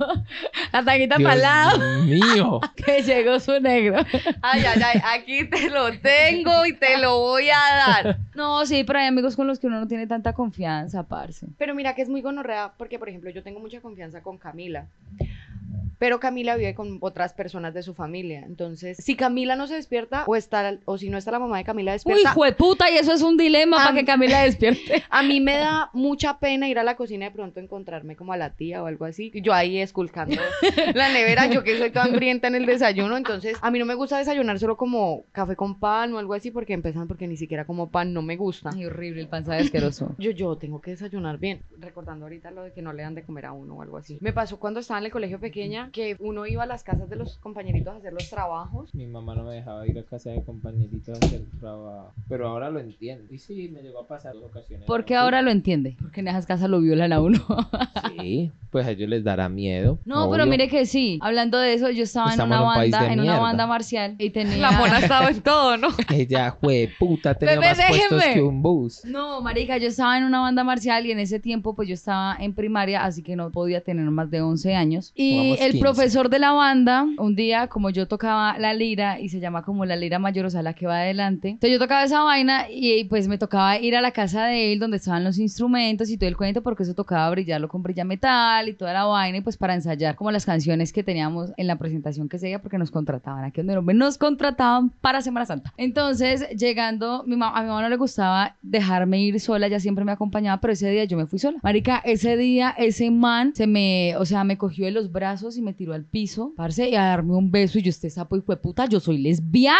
C: La tanguita para
B: Dios
C: lado.
B: mío.
C: Que llegó su negro.
A: Ay, ay, ay, aquí te lo tengo y te lo voy a dar.
C: No, sí, pero hay amigos con los que uno no tiene tanta confianza, parce.
A: Pero mira que es muy gonorrea porque, por ejemplo, yo tengo mucha confianza con Camila. Pero Camila vive con otras personas de su familia. Entonces, si Camila no se despierta o, está, o si no está Ah, la mamá de Camila
C: Uy,
A: despierta,
C: jueputa, y eso es un dilema
A: Am-
C: para que Camila despierte.
A: a mí me da mucha pena ir a la cocina y de pronto encontrarme como a la tía o algo así. Y Yo ahí esculcando la nevera, yo que soy toda hambrienta en el desayuno. Entonces, a mí no me gusta desayunar solo como café con pan o algo así porque empiezan porque ni siquiera como pan no me gusta.
C: Ay, horrible, el pan sabe asqueroso.
A: Yo, yo tengo que desayunar bien. Recordando ahorita lo de que no le dan de comer a uno o algo así. Me pasó cuando estaba en el colegio pequeña que uno iba a las casas de los compañeritos a hacer los trabajos.
B: Mi mamá no me dejaba ir a casa de compañeritos a hacer trabajo. Pero ahora lo entiendo. Y sí, me llegó a pasar dos ocasiones.
C: ¿Por qué ahora lo entiende? Porque en esas casas lo violan a uno.
B: Sí, pues a ellos les dará miedo.
C: No, pero
B: obvio.
C: mire que sí. Hablando de eso, yo estaba
B: Estamos
C: en
B: en
C: una
B: un país
C: banda,
B: de
C: en una
B: mierda.
C: banda marcial y tenía.
A: La mona estaba en todo, ¿no?
B: Ella, jue puta, tenía
C: Bebé,
B: más puestos
C: déjenme.
B: que un bus.
C: No, marica, yo estaba en una banda marcial y en ese tiempo pues yo estaba en primaria, así que no podía tener más de 11 años. Y
B: Pongamos
C: el
B: 15.
C: profesor de la banda, un día como yo tocaba la lira y se llama como la lira mayor, o sea, la que va adelante. Entonces yo tocaba esa vaina y pues me tocaba ir a la casa de él donde estaban los instrumentos y todo el cuento porque eso tocaba brillarlo con brilla metal y toda la vaina y pues para ensayar como las canciones que teníamos en la presentación que seguía porque nos contrataban aquí donde nombre, nos contrataban para Semana Santa. Entonces, llegando, mi ma- a mi mamá no le gustaba dejarme ir sola, ella siempre me acompañaba, pero ese día yo me fui sola. Marica, ese día ese man se me, o sea, me cogió de los brazos y me tiró al piso, parce, y a darme un beso y yo este sapo y fue puta, yo soy lesbiana.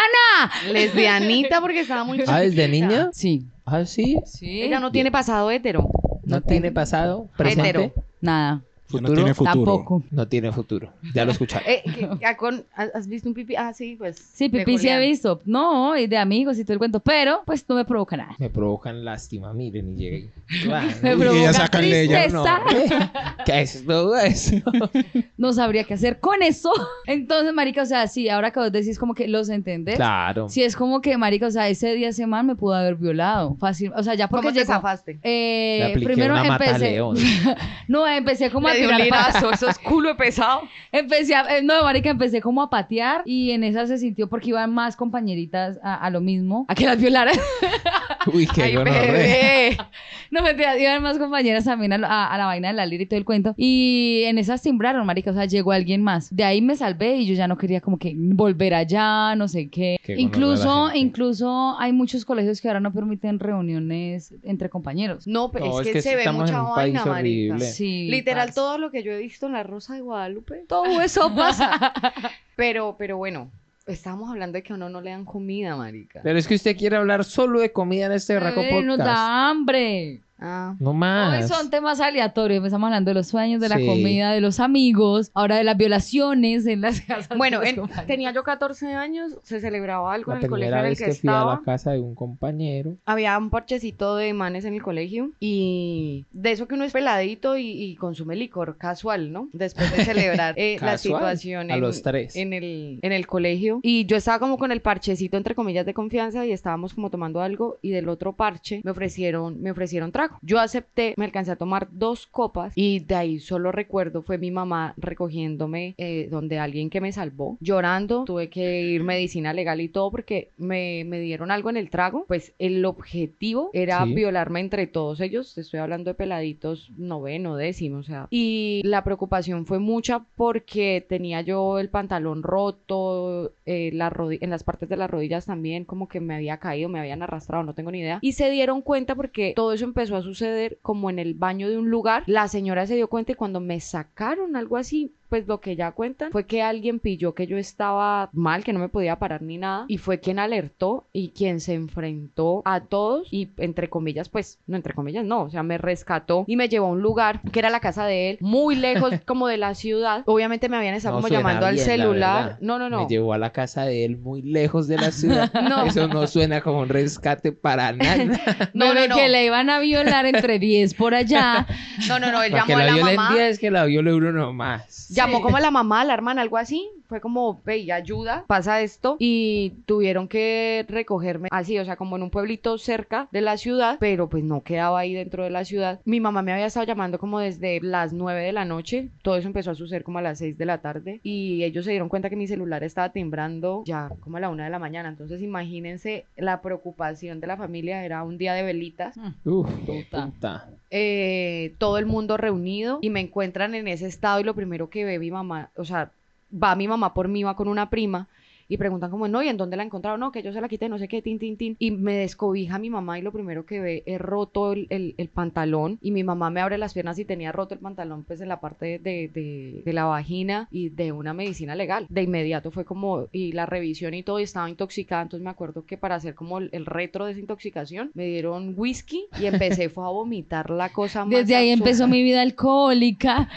A: Lesbianita porque estaba muy
B: Ah, ¿desde
A: chiquita.
B: niña?
C: Sí.
B: Ah, sí.
C: Sí.
A: Ella no tiene pasado hetero.
B: No,
C: No
B: tiene
C: tengo.
B: pasado, presente,
A: Hetero.
C: nada,
D: Ya
B: futuro.
D: No tiene futuro.
C: tampoco.
B: No tiene futuro. Ya lo escucharon.
A: Eh, que- ya con- ¿has- ¿Has visto un pipí? Ah, sí, pues.
C: Sí,
A: de
C: pipí sí he
A: Julián.
C: visto. No, y de amigos y todo el cuento, pero pues no me provoca nada.
B: Me provocan lástima, miren y lleguen. Ah,
C: Me
B: no,
D: Uy,
C: provoca
D: ya sácanle, ya.
C: tristeza.
B: no, ¿Qué es todo eso?
C: no sabría qué hacer con eso. Entonces, marica, o sea, sí, ahora que vos decís como que los entendés.
B: Claro.
C: Si es como que, marica, o sea, ese día ese man me pudo haber violado. Fácil. O sea, ya porque
A: ¿Cómo te
C: llegó-
A: zafaste?
C: Eh,
B: Le apliqué
C: primero
B: una mata
C: empecé.
B: león.
C: No, empecé como a
A: Le di un
C: tirar pa-
A: lirazo, eso es culo de pesado.
C: Empecé a, eh, no, marica, empecé como a patear y en esa se sintió porque iban más compañeritas a, a lo mismo, a que las violaran.
B: Uy, qué
A: Ay,
B: gonorrea.
A: bebé.
C: No, mentira, iban más compañeras también a, lo- a- a la vaina de la lira y todo el cuento. Y en esas timbraron, marica, o sea, llegó alguien más. De ahí me salvé y yo ya no quería como que volver allá, no sé qué.
B: Qué gonorrea la
C: incluso,
B: gente.
C: incluso hay muchos colegios que ahora no permiten reuniones entre compañeros.
A: No, pero
B: No,
A: es, que, se ve
B: estamos en
A: mucha
B: un país
A: vaina, marica.
B: horrible.
C: Sí.
A: Literal,
C: parce.
A: todo lo que yo he visto en La Rosa de Guadalupe, todo eso pasa. pero, pero bueno, estábamos hablando de que a uno no le dan comida, marica.
B: Pero es que usted quiere hablar solo de comida en este berraco
C: Bebé, nos
B: podcast.
C: da hambre.
A: Ah,
B: No
C: Hoy
B: más.
C: son temas aleatorios. Empezamos hablando de los sueños, de la
B: Sí.
C: comida, de los amigos, ahora de las violaciones en las casas. de
A: Bueno,
C: los
A: en-
C: compañeros.
A: tenía yo 14 años, se celebraba algo
B: La
A: en el colegio
B: primera
A: en el
B: vez
A: que,
B: que fui a
A: estaba.
B: la casa de un compañero.
A: Había un parchecito de manes en el colegio y de eso que uno es peladito y, y consume licor casual, ¿no? Después de celebrar eh, la
B: Casual,
A: situación
B: a
A: en,
B: los tres.
A: en el, en el colegio. Y yo estaba como con el parchecito, entre comillas, de confianza y estábamos como tomando algo y del otro parche me ofrecieron, me ofrecieron trago. Yo acepté, me alcancé a tomar dos copas y de ahí solo recuerdo fue mi mamá recogiéndome eh, donde alguien que me salvó, llorando, tuve que ir medicina legal y todo porque me, me dieron algo en el trago, pues el objetivo era
B: Sí.
A: violarme entre todos ellos, te estoy hablando de peladitos noveno, décimo, o sea, y la preocupación fue mucha porque tenía yo el pantalón roto, eh, la rodi- en las partes de las rodillas también como que me había caído, me habían arrastrado, no tengo ni idea, y se dieron cuenta porque todo eso empezó a suceder como en el baño de un lugar, la señora se dio cuenta y cuando me sacaron algo así, pues lo que ya cuentan fue que alguien pilló que yo estaba mal, que no me podía parar ni nada, y fue quien alertó y quien se enfrentó a todos y entre comillas, pues, no entre comillas, no, o sea, me rescató y me llevó a un lugar que era la casa de él, muy lejos como de la ciudad. Obviamente me habían estado
B: No
A: como
B: suena
A: llamando al
B: bien, la
A: celular.
B: verdad.
A: No, no, no.
B: Me llevó a la casa de él muy lejos de la ciudad.
A: No.
B: Eso no suena como un rescate para nada.
A: No,
C: Bebé,
A: no, no.
C: que le iban a violar entre 10 por allá.
A: No, no, no, él
B: Para que
A: llamó a
B: la
A: la
B: violen
A: mamá.
B: 10, que la violen uno nomás.
A: Llamó como a la mamá, a la hermana, algo así. fue como, hey, ayuda, pasa esto. Y tuvieron que recogerme así, o sea, como en un pueblito cerca de la ciudad, pero pues no quedaba ahí dentro de la ciudad. Mi mamá me había estado llamando como desde las 9 de la noche. Todo eso empezó a suceder como a las 6 de la tarde. Y ellos se dieron cuenta que mi celular estaba timbrando ya como a la 1 de la mañana. Entonces, imagínense la preocupación de la familia. Era un día de velitas.
B: Uf,
C: Puta.
B: puta.
A: eh, todo el mundo reunido y me encuentran en ese estado y lo primero que ve mi mamá, o sea, va mi mamá por mí, va con una prima y preguntan como, no, ¿y en dónde la encontraron? No, que yo se la quité, no sé qué, tin, tin, tin. Y me descobija mi mamá y lo primero que ve es roto el, el- el pantalón y mi mamá me abre las piernas y tenía roto el pantalón pues en la parte de, de- de la vagina y de una medicina legal. De inmediato fue como, y la revisión y todo, y estaba intoxicada, entonces me acuerdo que para hacer como el, el retro de desintoxicación me dieron whisky y empecé fue a vomitar la cosa más
C: Desde ahí
A: absurda.
C: empezó mi vida alcohólica.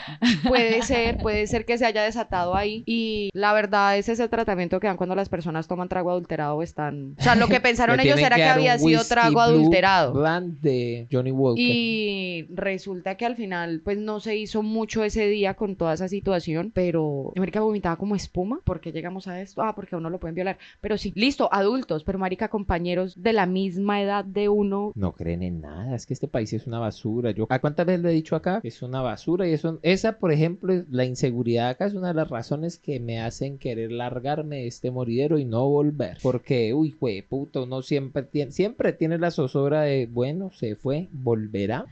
A: Puede ser, puede ser que se haya desatado ahí. Y la verdad es ese tratamiento que dan cuando las personas toman trago adulterado o están. O sea, lo que pensaron
B: Le
A: ellos
B: tienen
A: era que
B: dar un
A: había sido
B: whisky
A: trago
B: Blue
A: adulterado.
B: Brand de Johnny Walker.
A: Y resulta que al final, pues no se hizo mucho ese día con toda esa situación, pero América vomitaba como espuma. ¿Por qué llegamos a esto? Ah, porque a uno lo pueden violar. Pero sí, listo, adultos, pero Marica, compañeros de la misma edad de uno.
B: No creen en nada, es que este país es una basura. Yo, ¿a cuántas veces le he dicho acá? Es una basura y eso, esa, por ejemplo, es- la inseguridad acá es una de las razones que me hacen querer largarme de este moridero y no volver, porque, uy, güey, puto, uno siempre tiene, siempre tiene la zozobra de, bueno, se fue, volverá.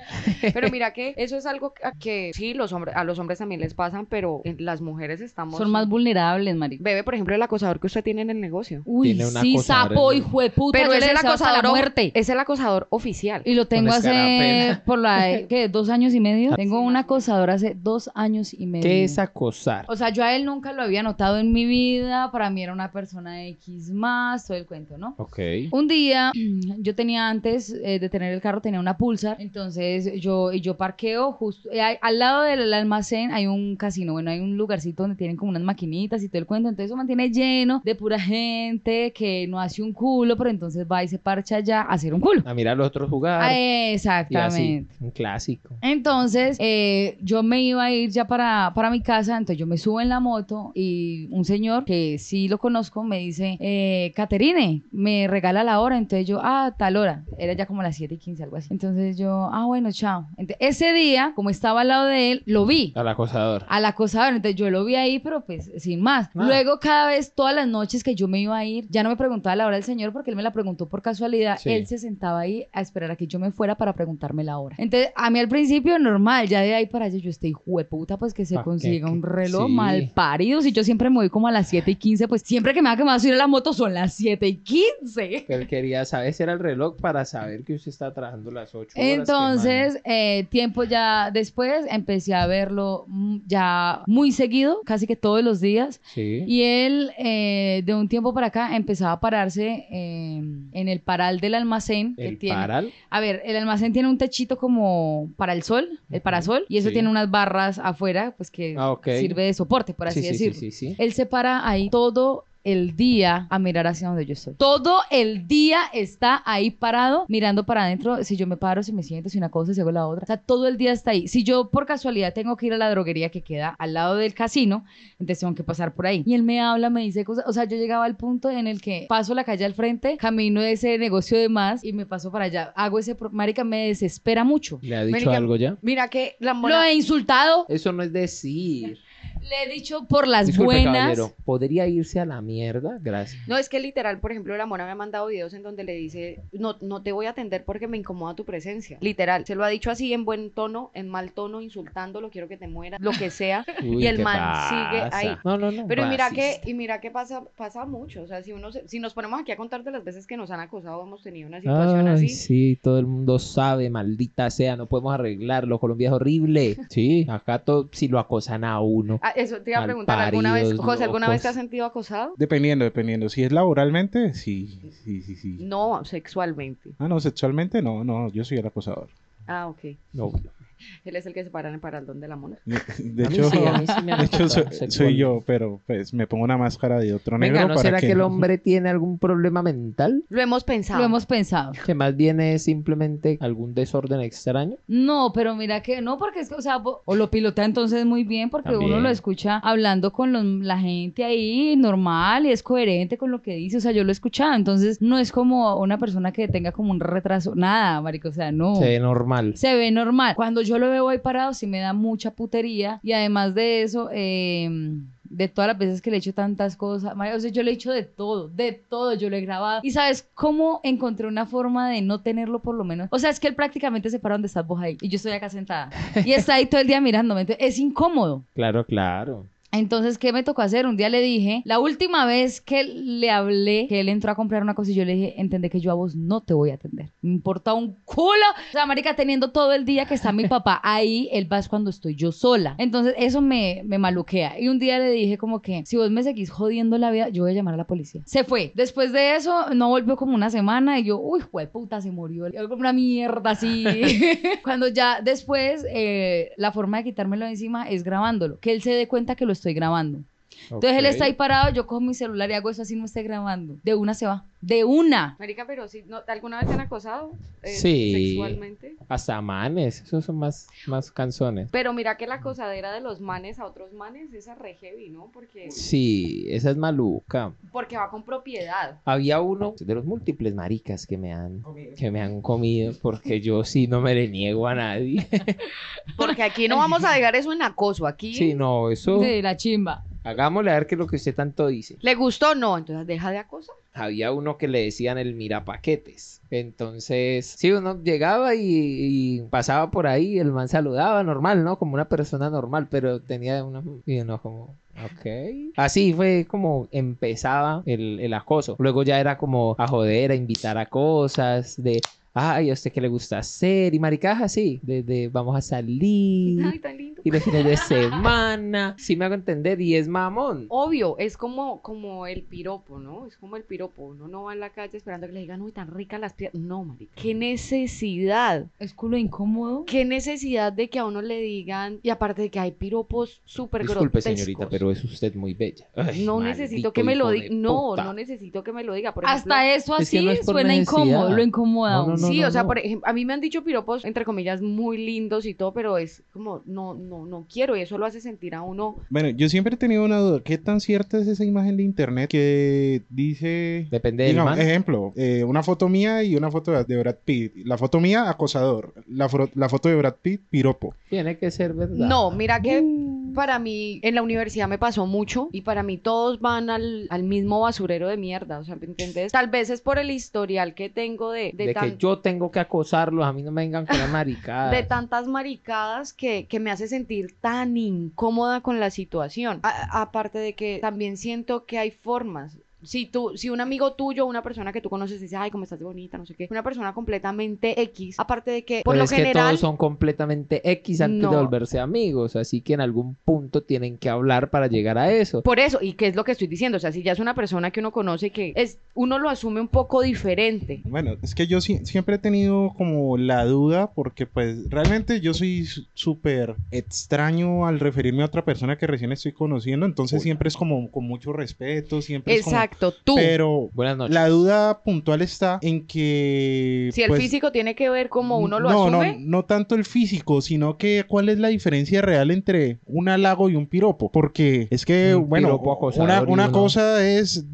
A: Pero mira que eso es algo a que sí, los hombres, a los hombres también les pasan, pero en- las mujeres estamos.
C: Son más vulnerables, marica.
A: Bebe, por ejemplo, el acosador que usted tiene en el negocio.
C: Uy,
B: Tiene una
C: sí,
B: acosadora
C: sapo,
B: en-
C: hijo de puta. yo le deseo hasta la
A: o-
C: muerte.
A: Es el acosador oficial.
C: Y lo tengo hace,
B: escarapela.
C: por la, eh, ¿qué? ¿Dos años y medio?
B: Ah,
C: Tengo
A: sí,
C: un
A: más o
C: acosador hace dos años y medio.
B: ¿Qué es acosar?
C: O sea, yo a él nunca lo había notado en mi vida. Para mí era una persona X más, todo el cuento, ¿no?
B: Ok.
C: Un día, yo tenía antes eh, de tener el carro, tenía una pulsar. Entonces, yo, y yo parqueo justo eh, hay- al lado del almacén. Hay un casino, bueno, hay un lugarcito donde tienen como unas maquinitas y todo el cuento. Entonces, eso mantiene lleno de pura gente que no hace un culo, pero entonces va y se parcha allá a hacer un culo.
B: A mirar a los otros jugar.
C: Ah,
B: y así,
C: Exactamente.
B: un clásico.
C: Entonces, eh, yo me iba a ir ya para, para mi casa, entonces yo me subo en la moto y un señor que sí lo conozco me dice, eh, Caterine, me regala la hora, entonces yo, ah, tal hora, era ya como las 7 y 15, algo así. Entonces yo, ah, bueno, chao. Ente- ese día, como estaba al lado de él, lo vi.
B: Al acosador.
C: Al acosador, entonces yo lo vi ahí, pero pues sin más.
B: Ah.
C: Luego, cada vez, todas las noches que yo me iba a ir, ya no me preguntaba la hora del señor porque él me la preguntó por casualidad.
B: Sí.
C: Él se sentaba ahí a esperar a que yo me fuera para preguntarme la hora. Entonces, a mí al principio, normal, ya de ahí para allá, yo estoy jueputa, pues que se
B: Pa' que-
C: consiga un
B: que-
C: reloj
B: sí.
C: mal parido. Si yo siempre me voy como a las 7 y 15, pues siempre que me haga que me va a subir a la moto son las 7 y 15.
B: Que él quería saber si era el reloj para saber que usted está trabajando las 8 horas. que
C: Entonces, eh, tiempo ya después, empecé a verlo mm, ya muy seguido, casi que todos los días.
B: manda. Sí.
C: Y él, eh, de un tiempo para acá, empezaba a pararse eh, en el paral del almacén que
B: el
C: tiene.
B: paral.
C: A ver, el almacén tiene un techito como para el sol, el
B: Ujú,
C: parasol, y eso
B: sí.
C: tiene unas barras afuera, pues que
B: Ah, ok.
C: sirve de soporte, por así
B: sí, sí,
C: decirlo.
B: sí, sí, sí.
C: Él se para ahí todo el día a mirar hacia donde yo estoy. Todo el día está ahí parado, mirando para adentro. Si yo me paro, si me siento, si una cosa, si hago la otra. O sea, todo el día está ahí. Si yo por casualidad tengo que ir a la droguería que queda al lado del casino, entonces tengo que pasar por ahí. Y él me habla, me dice cosas. O sea, yo llegaba al punto en el que paso la calle al frente, camino de ese negocio de más y me paso para allá. Hago ese... pro- Marica, me desespera mucho.
B: ¿Le ha dicho
A: Marica,
B: algo ya?
A: Mira que la
C: Lo
A: mona.
C: he insultado,
B: Eso no es decir.
C: le he dicho por las
B: Disculpe,
C: buenas.
B: caballero. ¿Podría irse a la mierda? Gracias.
A: No, es que literal, por ejemplo, la mona me ha mandado videos en donde le dice, no, no te voy a atender porque me incomoda tu presencia. Literal, se lo ha dicho así en buen tono, en mal tono, insultándolo, quiero que te mueras, lo que sea.
B: Uy,
A: Y el
B: ¿qué
A: man
B: pasa?
A: sigue ahí.
B: No, no, no.
A: Pero y mira que,
B: racista.
A: y mira que pasa, pasa mucho. O sea, si uno se- si nos ponemos aquí a contar de las veces que nos han acosado, hemos tenido una situación
B: Ay,
A: así.
B: sí, todo el mundo sabe, maldita sea, no podemos arreglarlo, Colombia es horrible. Sí, acá todo, si lo acosan a uno.
A: Ah, eso te iba a preguntar alguna vez,
B: Malparidos,
A: José, ¿alguna vez te has
B: locos.
A: sentido acosado?
D: Dependiendo, dependiendo. Si es laboralmente, sí, sí, sí, sí.
A: No, sexualmente.
D: Ah, no, sexualmente no, no, yo soy el acosador.
A: Ah, ok.
B: No,
A: Él es el que se para en el paraldón de la mona.
D: De
B: A mí
D: hecho,
B: sí, a mí sí me han
D: de hecho,
B: contado
D: soy,
B: sexual.
D: soy yo, pero pues me pongo una máscara de otro negro
B: Venga, ¿no
D: para
B: será que el
D: no-
B: hombre tiene algún problema mental?
A: Lo hemos pensado.
C: Lo hemos pensado.
B: Que más bien es simplemente algún desorden extraño.
C: No, pero mira que no, porque es que, o sea, vo- o lo pilota entonces muy bien, porque uno
B: También.
C: lo escucha hablando con los- la gente ahí, normal, y es coherente con lo que dice, o sea, yo lo he escuchado, entonces no es como una persona que tenga como un retraso, nada, marico, o sea, no.
B: Se ve normal.
C: Se ve normal. Cuando yo lo veo ahí parado, sí me da mucha putería. Y además de eso, eh, de todas las veces que le he hecho tantas cosas, María, o sea, yo le he hecho de todo, de todo, yo lo he grabado. Y sabes cómo encontré una forma de no tenerlo por lo menos. O sea, es que él prácticamente se para donde estás vos ahí. Y yo estoy acá sentada. Y está ahí todo el día mirándome. Entonces, es incómodo.
B: Claro, claro.
C: Entonces, ¿qué me tocó hacer? Un día le dije, la última vez que le hablé, que él entró a comprar una cosa y yo le dije, entendé que yo a vos no te voy a atender. Me importa un culo. O sea, marica, teniendo todo el día que está mi papá ahí, él va es cuando estoy yo sola. Entonces, eso me, me maluquea. Y un día le dije como que, si vos me seguís jodiendo la vida, yo voy a llamar a la policía. Se fue. Después de eso, no volvió como una semana y yo, uy, puta, se murió. Era como Una mierda así. Cuando ya después, eh, la forma de quitármelo de encima es grabándolo. Que él se dé cuenta que lo estoy grabando. Entonces él
B: Ok.
C: está ahí parado, yo cojo mi celular y hago eso así, no esté grabando. De una se va. De una.
A: Marica, pero si no, ¿alguna vez te han acosado eh,
B: Sí.
A: sexualmente?
B: Hasta manes. Esos son más, más canzones.
A: Pero mira que la acosadera de los manes a otros manes, esa re heavy, ¿no? Porque,
B: Sí, esa es maluca.
A: porque va con propiedad.
B: Había uno de los múltiples maricas que me han que me han comido porque yo sí no me le niego a nadie.
A: Porque aquí no vamos a dejar eso en acoso. Aquí
B: Sí, no, eso
C: De la chimba.
B: hagámosle a ver qué es lo que usted tanto dice.
A: le gustó, no. Entonces deja de acosar.
B: había uno que le decían el mirapaquetes. Entonces, sí, uno llegaba y, y pasaba por ahí, el man saludaba normal, ¿no? Como una persona normal, pero tenía una... Y uno como... Ok. Así fue como empezaba el, el acoso. Luego ya era como a joder, a invitar a cosas, de... Ay, ¿a usted qué le gusta hacer? Y maricaja, sí. De, de vamos a salir.
A: Ay, tan lindo.
B: Y los fines de semana. Sí me hago entender. Y es mamón.
A: Obvio, es como, como el piropo, ¿no? Es como el piropo. Uno no va en la calle esperando que le digan, uy, tan ricas las piernas. No, marica. Qué necesidad.
C: Es culo incómodo.
A: Qué necesidad de que a uno le digan. Y aparte de que hay piropos súper
B: Disculpe,
A: grotescos.
B: señorita, pero es usted muy bella. Ay,
A: No necesito que me
B: maldito
A: lo
B: hijo
A: diga.
B: de
A: No,
B: puta.
A: no necesito que me lo diga. Por ejemplo,
C: Hasta eso
B: Es que
C: así
B: no es por
C: suena
B: necesidad.
C: incómodo, lo incomoda. a
B: No, no,
C: uno.
B: no.
A: sí, o sea, por ejemplo, a mí me han dicho piropos, entre comillas, muy lindos y todo, pero es como, no, no, no quiero, y eso lo hace sentir a uno.
D: Bueno, yo siempre he tenido una duda. ¿Qué tan cierta es esa imagen de internet que dice...
B: Depende del
D: Digamos,
B: man.
D: ejemplo, eh, una foto mía y una foto de- de Brad Pitt. La foto mía, acosador. La, fro- la foto de Brad Pitt, piropo.
B: Tiene que ser verdad.
A: No, mira que para mí, en la universidad me pasó mucho, y para mí todos van al, al mismo basurero de mierda, o sea, ¿me entiendes? Tal vez es por el historial que tengo de, de,
B: De, que
A: tan-
B: yo tengo que acosarlos, a mí no me vengan con la maricada.
A: de tantas maricadas que, que me hace sentir tan incómoda con la situación. A- aparte de que también siento que hay formas. Si, tú, si un amigo tuyo, una persona que tú conoces, dice, ay, cómo estás de bonita, no sé qué, una persona completamente X, aparte de que, por
B: Pero
A: lo
B: es que
A: general,
B: todos son completamente X antes de
A: No.
B: volverse amigos, así que en algún punto tienen que hablar para llegar a eso.
A: Por eso, y qué es lo que estoy diciendo, o sea, si ya es una persona que uno conoce que es, uno lo asume un poco diferente.
D: Bueno, es que yo sie- siempre he tenido como la duda porque pues realmente yo soy s- súper extraño al referirme a otra persona que recién estoy conociendo. Entonces
B: Uy.
D: siempre es como con mucho respeto, siempre es como-
A: Exacto, tú.
D: Pero
B: Buenas noches.
D: la duda puntual está en que...
A: si el
D: pues,
A: físico tiene que ver como uno lo
D: no,
A: asume,
D: No, no tanto el físico, sino que cuál es la diferencia real entre un halago y un piropo. Porque es que,
B: Un
D: bueno,
B: piropo acosador
D: una,
B: y
D: una
B: uno-
D: cosa es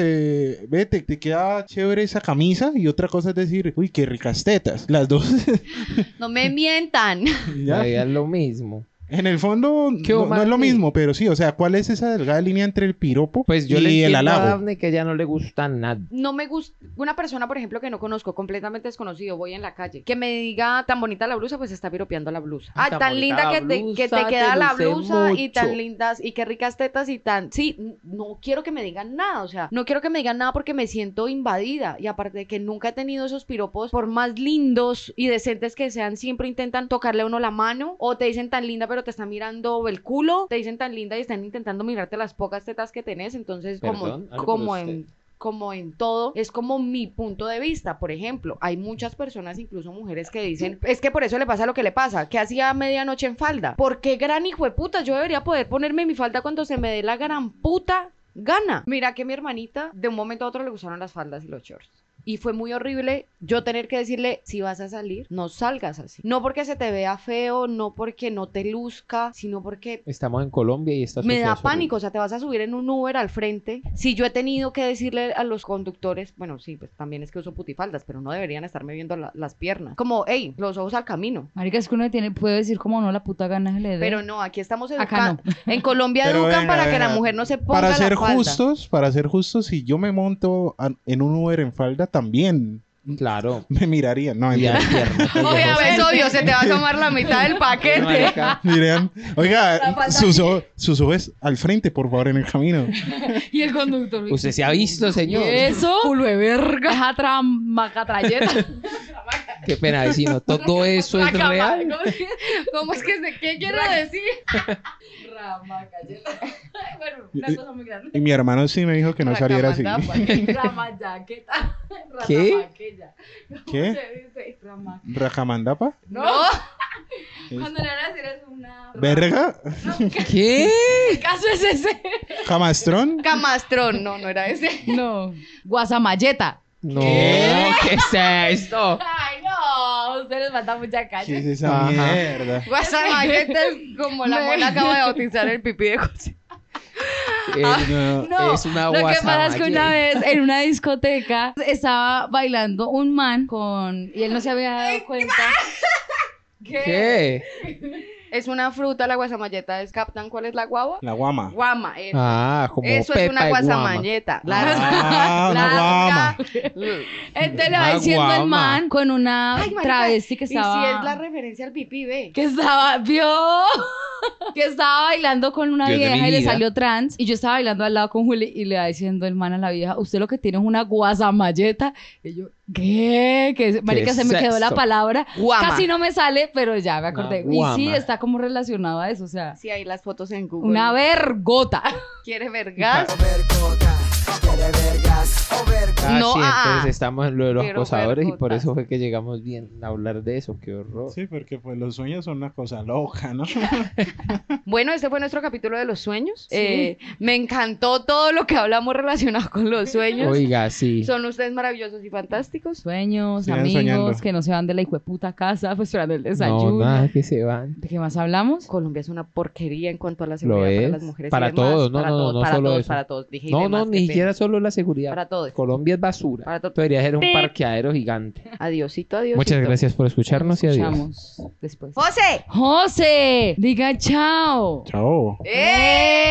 D: decirte, vete, te queda chévere esa camisa, y otra cosa es decir, uy, qué ricas tetas. Las dos,
A: no me mientan.
B: La
D: ya.
B: vida es lo mismo.
D: En el fondo,
B: Qué
D: no, no es lo
B: humano.
D: mismo, pero sí, o sea, ¿cuál es esa delgada línea entre el piropo
B: Pues yo
D: y
B: le
D: el
B: entiendo a
D: halago?
B: Dafne que ya no le gusta nada.
A: No me gusta, una persona, por ejemplo, que no conozco, completamente desconocido, voy en la calle, que me diga tan bonita la blusa, pues está piropeando la blusa.
B: Ay,
A: Ah,
B: tan
A: tan,
B: bonita
A: linda
B: la
A: que te, que te
B: blusa,
A: queda
B: te
A: la
B: luce
A: blusa y
B: mucho.
A: tan lindas y qué ricas tetas y tan... Sí, n- no quiero que me digan nada, o sea, no quiero que me digan nada porque me siento invadida y aparte de que nunca he tenido esos piropos, por más lindos y decentes que sean, siempre intentan tocarle a uno la mano o te dicen tan linda pero te están mirando el culo, te dicen tan linda y están intentando mirarte las pocas tetas que tenés, entonces
B: Perdón,
A: como,
B: hable por
A: como
B: usted.
A: en... como en todo, es como mi punto de vista. Por ejemplo, hay muchas personas, incluso mujeres, que dicen, es que por eso le pasa lo que le pasa, que hacía medianoche en falda. ¿Por qué gran hijo de puta? Yo debería poder ponerme mi falda cuando se me dé la gran puta gana. Mira que mi hermanita, de un momento a otro le gustaron las faldas y los shorts. Y fue muy horrible yo tener que decirle, si vas a salir, no salgas así. No porque se te vea feo, no porque no te luzca, sino porque
B: Estamos en Colombia y esta
A: me
B: sociedad
A: da
B: es
A: pánico, o sea, te vas a subir en un Uber al frente. Si yo he tenido que decirle a los conductores, bueno, sí, pues también es que uso putifaldas, pero no deberían estarme viendo la- las piernas. Como, hey, los ojos al camino.
C: Marica, es que uno tiene, puede decir como no la puta gana que le dé.
A: Pero no, aquí estamos
C: ¿Eh? Acá
A: educando. En Colombia educan
D: venga,
A: para que
D: venga,
A: la mujer no se ponga
D: Para
A: la
D: ser
A: falda.
D: justos, para ser justos, si yo me monto a- en un Uber en falda, también
B: horrible. Claro.
D: me mirarían. No,
B: Y
D: mentira.
B: hay piernas, hay
A: Obvio,
B: ojos.
D: pues,
A: es obvio, se te va a tomar la mitad del paquete.
B: este Marica,
D: Dirían,
A: La
D: oiga,
A: falda
D: sus, o- sus ojos al frente, por favor, en el camino.
C: Y el conductor.
B: Usted se ha visto,
C: ¿Y
B: Pues señor.
C: eso? Culo de verga. Ajatra, macatralleta.
B: Qué pena, vecino. Todo eso es
A: Acaba-
B: real.
A: ¿Cómo es que- ¿Cómo es que se, qué quiero decir?
C: Ramacayeta. Bueno,
D: una
C: cosa muy grande.
D: Y mi hermano sí me dijo que no saliera así.
C: Ramayaqueta.
B: ¿Qué?
D: ¿Qué? ¿Rajamandapa?
C: No. Cuando le harás eres una.
D: ¿Verga?
B: ¿Qué?
C: ¿Qué caso es ese?
D: ¿Camastrón?
A: Camastrón, no, no era ese.
C: No. Guasamayeta.
B: No, ¿qué es esto?
C: Ay, no. Ustedes les falta mucha
D: ¿Qué es
C: calle.
D: esa
B: Ajá.
D: mierda?
A: Guasamaqueta es como la
C: Me-
A: mola acaba de bautizar el pipí de José.
B: Es-
D: No.
C: No,
B: es una
C: Lo que pasa es
B: guasamaya.
C: que una vez en una discoteca estaba bailando un man con. Y él no se había dado cuenta.
B: ¿Qué?
A: Es una fruta, la guasamalleta es captan cuál es la guava.
D: La guama.
A: Guama, eh.
B: Ah, como
A: eso es una
B: Pepa de Guama.
A: guasamalleta.
D: Ah, una guama.
C: Entonces le Eh, va
B: Ah,
C: diciendo el
B: guama.
C: man con una
A: Ay, marica,
C: travesti que
A: Y si
C: estaba.
A: es la referencia al pipí, ve.
C: que estaba, vio, que estaba bailando con una
B: Dios de
C: vieja
B: mi
C: y le
B: vida.
C: salió trans. Y yo estaba bailando al lado con Juli y le va diciendo el man a la vieja, usted lo que tiene es una guasamalleta. Y yo, ¿qué? ¿Qué es? Marica, se me
B: es
C: quedó la
B: esto?
C: palabra.
A: Guama.
C: Casi no me sale, pero ya me acordé.
B: Una
C: y
B: Ah, guama.
C: sí, está como relacionado a eso, o sea,
A: Si hay las fotos en Google.
C: una vergota.
A: ¿Quieres vergas?
E: Overcota, quiere vergas, overcota.
B: Ah,
A: No,
B: sí,
A: ah,
B: entonces estamos en lo de los
A: quiero
B: acosadores y por
A: vergotas.
B: eso fue que llegamos bien a hablar de eso. Qué horror.
D: Sí, porque pues los sueños son una cosa loca, ¿no?
A: Bueno, este fue nuestro capítulo de los sueños. Eh, me encantó todo lo que hablamos relacionado con los sueños.
B: Oiga, sí.
A: Son ustedes maravillosos y fantásticos.
C: Sueños,
D: Sigan
C: amigos,
D: soñando.
C: que no se van de la hijueputa casa, pues esperando el desayuno.
B: No, nada, que se van.
C: ¿De qué más hablamos?
A: Colombia es una porquería en cuanto a la
B: Lo
A: seguridad para
B: es.
A: las mujeres. y
B: Para
A: demás.
B: todos, no,
A: para
B: no, no,
A: todos,
B: no
A: para
B: solo
A: todos,
B: eso.
A: para todos. Dije, y
B: No, no,
A: demás,
B: ni
A: qué
B: siquiera solo la
A: pena.
B: seguridad.
A: Para todos.
B: Colombia es basura.
A: Para todos.
B: Debería ser un
A: Pi.
B: parqueadero gigante.
A: Adiosito, adiosito.
B: Muchas gracias por escucharnos y adiós.
C: Escuchamos después.
A: José.
C: José, diga chao.
D: Chao.
A: ¡Eh!